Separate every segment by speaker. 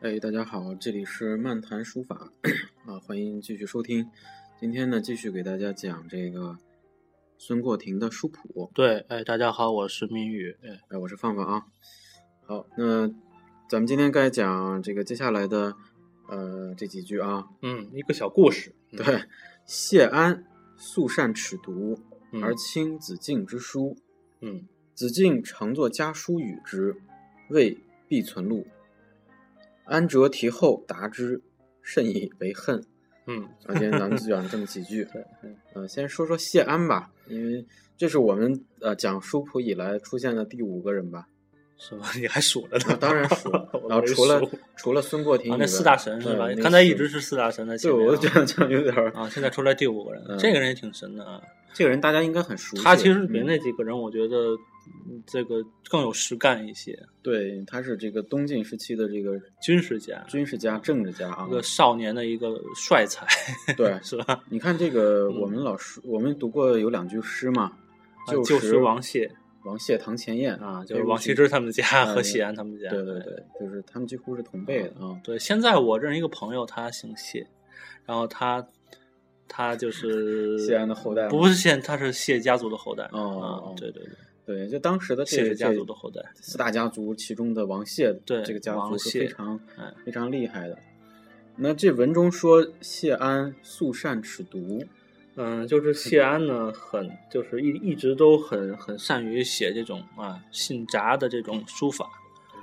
Speaker 1: 哎，大家好，这里是漫谈书法啊，欢迎继续收听。今天呢，继续给大家讲这个孙过庭的书谱。
Speaker 2: 对，哎，大家好，我是明宇，哎，
Speaker 1: 哎，我是放放啊。好，那咱们今天该讲这个接下来的呃这几句啊。
Speaker 2: 嗯，一个小故事，嗯
Speaker 1: 对，谢安素善尺牍，
Speaker 2: 嗯
Speaker 1: 而亲子敬之书。
Speaker 2: 嗯
Speaker 1: 子敬常作家书与之，谓必存录。安哲题后答之，甚以为恨。
Speaker 2: 嗯
Speaker 1: 啊，今天 咱们就讲这么几句。
Speaker 2: 对嗯
Speaker 1: 呃，先说说谢安吧，因为这是我们呃讲书谱以来出现的第五个人吧。
Speaker 2: 是吧？ 你还数着
Speaker 1: 啊
Speaker 2: 呢？
Speaker 1: 当然数了，
Speaker 2: 我
Speaker 1: 然后
Speaker 2: 没
Speaker 1: 除了
Speaker 2: 数
Speaker 1: 除了孙过庭以
Speaker 2: 啊
Speaker 1: 外，，
Speaker 2: 那四大神是吧
Speaker 1: 对？
Speaker 2: 刚才一直是四大神的
Speaker 1: 对，
Speaker 2: 前面啊，
Speaker 1: 我就觉得这样有点儿。
Speaker 2: 啊，现在出来第五个
Speaker 1: 嗯
Speaker 2: 人，这个人也挺神的啊。
Speaker 1: 这个人大家应该很熟悉。
Speaker 2: 他其实比
Speaker 1: 嗯
Speaker 2: 那几个人，我觉得嗯这个更有实干一些，
Speaker 1: 对，他是这个东晋时期的这个
Speaker 2: 军事家，
Speaker 1: 军事家、政治家啊
Speaker 2: 一。个少年的一个帅才，
Speaker 1: 对，
Speaker 2: 是吧？
Speaker 1: 你看这个，
Speaker 2: 嗯
Speaker 1: 我们老师我们读过有两句诗嘛，
Speaker 2: 啊
Speaker 1: 时
Speaker 2: 旧时王谢
Speaker 1: 王谢堂前燕
Speaker 2: 啊，
Speaker 1: 这
Speaker 2: 就是
Speaker 1: 部
Speaker 2: 王
Speaker 1: 剧
Speaker 2: 羲之他们家
Speaker 1: 哎
Speaker 2: 和谢安他们家，
Speaker 1: 对对
Speaker 2: 哎
Speaker 1: 对，就是他们几乎是同辈的啊。
Speaker 2: 对，现在我认识一个朋友，他姓谢，然后他他就是
Speaker 1: 谢安的后代吗
Speaker 2: 不是谢，他是谢家族的后代。
Speaker 1: 哦
Speaker 2: 啊对对对，
Speaker 1: 对，就当时的这
Speaker 2: 谢
Speaker 1: 个
Speaker 2: 家族的后代。
Speaker 1: 四大家族其中的王谢，
Speaker 2: 对
Speaker 1: 这个家族
Speaker 2: 王
Speaker 1: 是
Speaker 2: 谢
Speaker 1: 非常
Speaker 2: 哎
Speaker 1: 非常厉害的。那这文中说谢安素善尺牍，
Speaker 2: 嗯，就是谢安呢，很就是一一直都很很善于写这种啊信札的这种书法，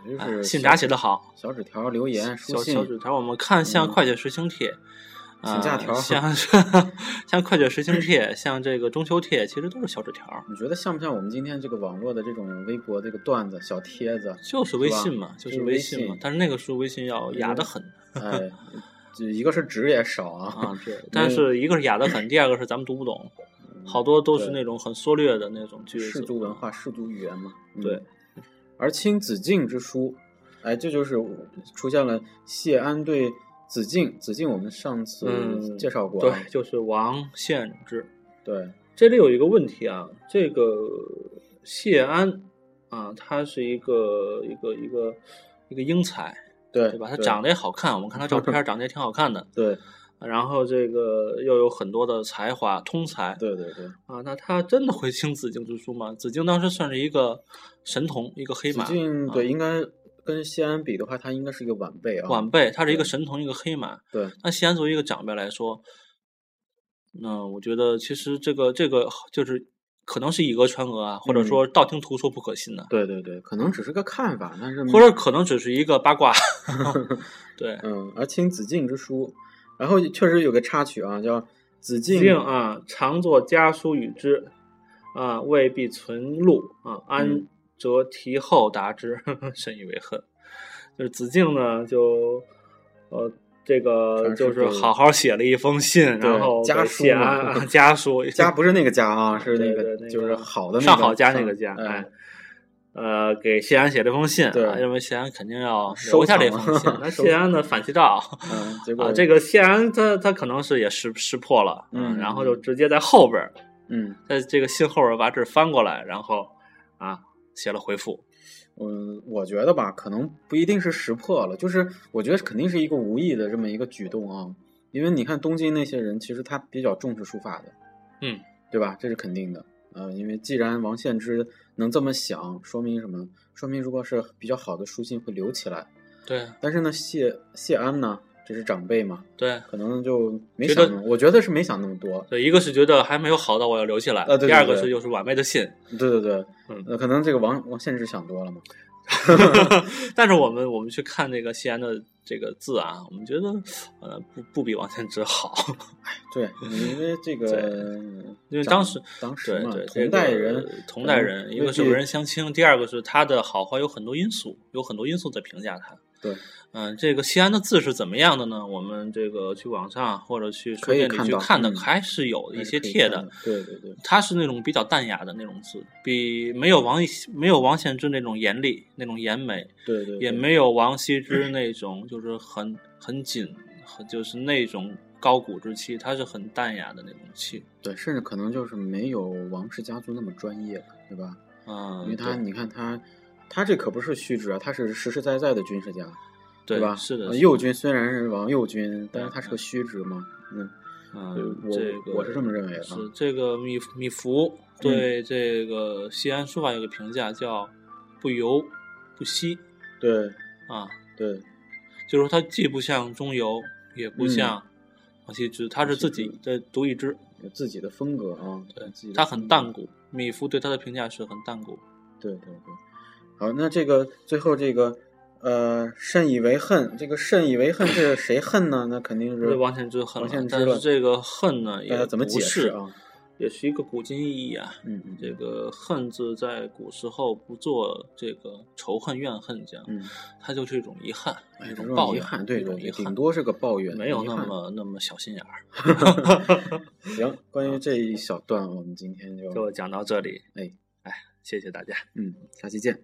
Speaker 1: 就
Speaker 2: 啊
Speaker 1: 是
Speaker 2: 信
Speaker 1: 小
Speaker 2: 札写得好，
Speaker 1: 小纸条、留言、书
Speaker 2: 小
Speaker 1: 信
Speaker 2: 小，纸条，我们看像
Speaker 1: 嗯
Speaker 2: 快写实行帖。
Speaker 1: 请
Speaker 2: 啊
Speaker 1: 假条
Speaker 2: 像像快雪实行帖，像这个中秋帖，其实都是小纸条儿，
Speaker 1: 你觉得像不像我们今天这个网络的这种微博这个段子、小帖 子？
Speaker 2: 就是微信嘛，
Speaker 1: 是吧
Speaker 2: 就是微信
Speaker 1: 就是微
Speaker 2: 嘛嗯
Speaker 1: 信。
Speaker 2: 但是那个时候微信要
Speaker 1: 对
Speaker 2: 雅得很
Speaker 1: 哎，这一个是纸也少啊，
Speaker 2: 啊，对。但 是一个是嗯雅得很，第二个是咱们读不懂，好多都是
Speaker 1: 对
Speaker 2: 那种很缩略的那种句子。啊
Speaker 1: 氏族文化、氏族语言嘛。嗯
Speaker 2: 对，
Speaker 1: 而亲子敬之书，哎，这就是出现了谢安对子敬，子敬我们上次
Speaker 2: 嗯
Speaker 1: 介绍过、啊
Speaker 2: 对，就是王献之。
Speaker 1: 对
Speaker 2: 这里有一个问题啊，这个谢安啊，他是一个一个一个一个英才，
Speaker 1: 对
Speaker 2: 对吧？他长得也好看，我们看他照 片长得也挺好看的。
Speaker 1: 对
Speaker 2: 然后这个又有很多的才华，通才。
Speaker 1: 对对对，
Speaker 2: 啊，那他真的会听紫荆之书吗？紫荆当时算是一个神童，一个黑
Speaker 1: 子
Speaker 2: 马，
Speaker 1: 敬
Speaker 2: 啊
Speaker 1: 对应该跟谢安比的话，他应该是一个晚辈啊。
Speaker 2: 晚辈，他是一个
Speaker 1: 对
Speaker 2: 神童，一个黑马。
Speaker 1: 对
Speaker 2: 那西安作为一个长辈来说，那我觉得其实这个这个就是可能是以讹传讹啊，或者
Speaker 1: 嗯
Speaker 2: 说道听途说不可信的、
Speaker 1: 对对对，可能只是个看法，但是
Speaker 2: 或者可能只是一个八 卦。 对，
Speaker 1: 嗯，而亲子敬之书，然后确实有个插曲啊，叫子敬
Speaker 2: 敬啊，常作家书与之，啊，未必存录啊，安
Speaker 1: 嗯
Speaker 2: 折题后答之， 甚以为恨。就是子敬呢，就呃，这个
Speaker 1: 传世
Speaker 2: 就是
Speaker 1: 给
Speaker 2: 好好写了一封信，
Speaker 1: 对
Speaker 2: 然后
Speaker 1: 家
Speaker 2: 给
Speaker 1: 书
Speaker 2: 谢
Speaker 1: 嘛
Speaker 2: 安 啊家书
Speaker 1: 家不是那个家 啊，是那
Speaker 2: 对
Speaker 1: 个
Speaker 2: 对
Speaker 1: 就是
Speaker 2: 那个
Speaker 1: 好的那个
Speaker 2: 上好家那个家，
Speaker 1: 上哎
Speaker 2: 哎，，呃，给谢安写了封信啊，
Speaker 1: 对
Speaker 2: 认为谢安肯定要
Speaker 1: 收
Speaker 2: 留下这
Speaker 1: 藏。
Speaker 2: 封信
Speaker 1: 啊
Speaker 2: 那
Speaker 1: 收
Speaker 2: 谢安呢，反其道
Speaker 1: 嗯，结
Speaker 2: 啊
Speaker 1: 果，
Speaker 2: 这个谢安他他可能是也识识破了，
Speaker 1: 嗯
Speaker 2: 然后就直接在后边儿，
Speaker 1: 嗯
Speaker 2: 在这个信后边儿把字翻过来，然后啊写了回复。
Speaker 1: 嗯，我觉得吧，可能不一定是识破了，就是我觉得肯定是一个无意的这么一个举动啊，因为你看东晋那些人，其实他比较重视书法的，
Speaker 2: 嗯，
Speaker 1: 对吧？这是肯定的。呃，因为既然王献之能这么想，说明什么？说明如果是比较好的书信会留起来。
Speaker 2: 对
Speaker 1: 但是呢，谢谢安呢，这是长辈嘛，
Speaker 2: 对
Speaker 1: 可能就没
Speaker 2: 觉
Speaker 1: 想
Speaker 2: 得
Speaker 1: 那么，我觉得是没想那么多。
Speaker 2: 对，一个是觉得还没有好到我要留下来，
Speaker 1: 啊对对
Speaker 2: 第二个
Speaker 1: 对
Speaker 2: 是又是晚辈 的信。
Speaker 1: 对对对，
Speaker 2: 嗯
Speaker 1: 呃可能这个王王献之想多了嘛。
Speaker 2: 但是我们我们去看这个谢安的这个字啊，我们觉得呃不不比王献 之好。
Speaker 1: 对，因为这个
Speaker 2: 对，因为
Speaker 1: 长
Speaker 2: 当时
Speaker 1: 当时
Speaker 2: 对
Speaker 1: 嘛
Speaker 2: 对，，
Speaker 1: 同代人，
Speaker 2: 这个同代人，一个是为人相亲，第二个是他的好坏有很多因素，有很多因素在评价他。
Speaker 1: 对，
Speaker 2: 嗯，这个西安的字是怎么样的呢？我们这个去网上或者去书
Speaker 1: 可以
Speaker 2: 店里
Speaker 1: 看
Speaker 2: 去
Speaker 1: 到
Speaker 2: 看的
Speaker 1: 嗯，
Speaker 2: 还是有
Speaker 1: 还
Speaker 2: 一
Speaker 1: 是
Speaker 2: 些
Speaker 1: 可以
Speaker 2: 帖
Speaker 1: 看
Speaker 2: 的
Speaker 1: 的。对对对，
Speaker 2: 它是那种比较淡雅的那种字，比没有王没有王献之那种严厉、那种严美，
Speaker 1: 对对
Speaker 2: 也
Speaker 1: 对
Speaker 2: 没有王羲之那种就是很很紧，很就是那种高古之气，它是很淡雅的那种气。
Speaker 1: 对，甚至可能就是没有王氏家族那么专业，对吧？
Speaker 2: 嗯，
Speaker 1: 因为他
Speaker 2: 对
Speaker 1: 你看他，他这可不是虚职啊，他是实实在在的军事家，对吧？
Speaker 2: 是的
Speaker 1: 呃
Speaker 2: 是
Speaker 1: 右
Speaker 2: 的
Speaker 1: 军虽然是王右军，但是他是个虚职嘛。嗯，
Speaker 2: 嗯，
Speaker 1: 我
Speaker 2: 这个
Speaker 1: 我是这么认为的啊嗯
Speaker 2: 是这个米米芾对这个西安书法有个评价叫“不游不息
Speaker 1: 对”
Speaker 2: 啊，
Speaker 1: 对
Speaker 2: 就是说它既不像中游，也不
Speaker 1: 嗯
Speaker 2: 像王羲之，它是自己的独一支，
Speaker 1: 有自己的风格啊，
Speaker 2: 对
Speaker 1: 自己的
Speaker 2: 它很
Speaker 1: 风格
Speaker 2: 淡古。米芾对他的评价是很淡古，
Speaker 1: 对对对，好，那这个最后这个呃，甚以为恨，这个甚以为恨是谁恨呢？那肯定
Speaker 2: 这
Speaker 1: 是
Speaker 2: 王献之
Speaker 1: 王
Speaker 2: 恨了
Speaker 1: 献，之
Speaker 2: 但
Speaker 1: 了
Speaker 2: 是这个恨呢，
Speaker 1: 大
Speaker 2: 也
Speaker 1: 家怎么
Speaker 2: 不
Speaker 1: 解释
Speaker 2: 是
Speaker 1: 啊？
Speaker 2: 也是一个古今意义啊。
Speaker 1: 嗯嗯
Speaker 2: 这个恨字在古时候不做这个仇恨怨恨这样，
Speaker 1: 嗯，
Speaker 2: 它就是一种遗憾，
Speaker 1: 哎
Speaker 2: 一
Speaker 1: 这
Speaker 2: 种抱
Speaker 1: 遗
Speaker 2: 怨，
Speaker 1: 憾，对
Speaker 2: 一
Speaker 1: 对
Speaker 2: 种
Speaker 1: 对，
Speaker 2: 遗
Speaker 1: 顶
Speaker 2: 憾，
Speaker 1: 多是个抱怨，
Speaker 2: 没有
Speaker 1: 遗
Speaker 2: 那
Speaker 1: 憾
Speaker 2: 么那么小心眼儿。
Speaker 1: 行。关于这一小段，我们今天就
Speaker 2: 啊就讲到这里，
Speaker 1: 哎
Speaker 2: 哎，谢谢大家。
Speaker 1: 嗯，下期见。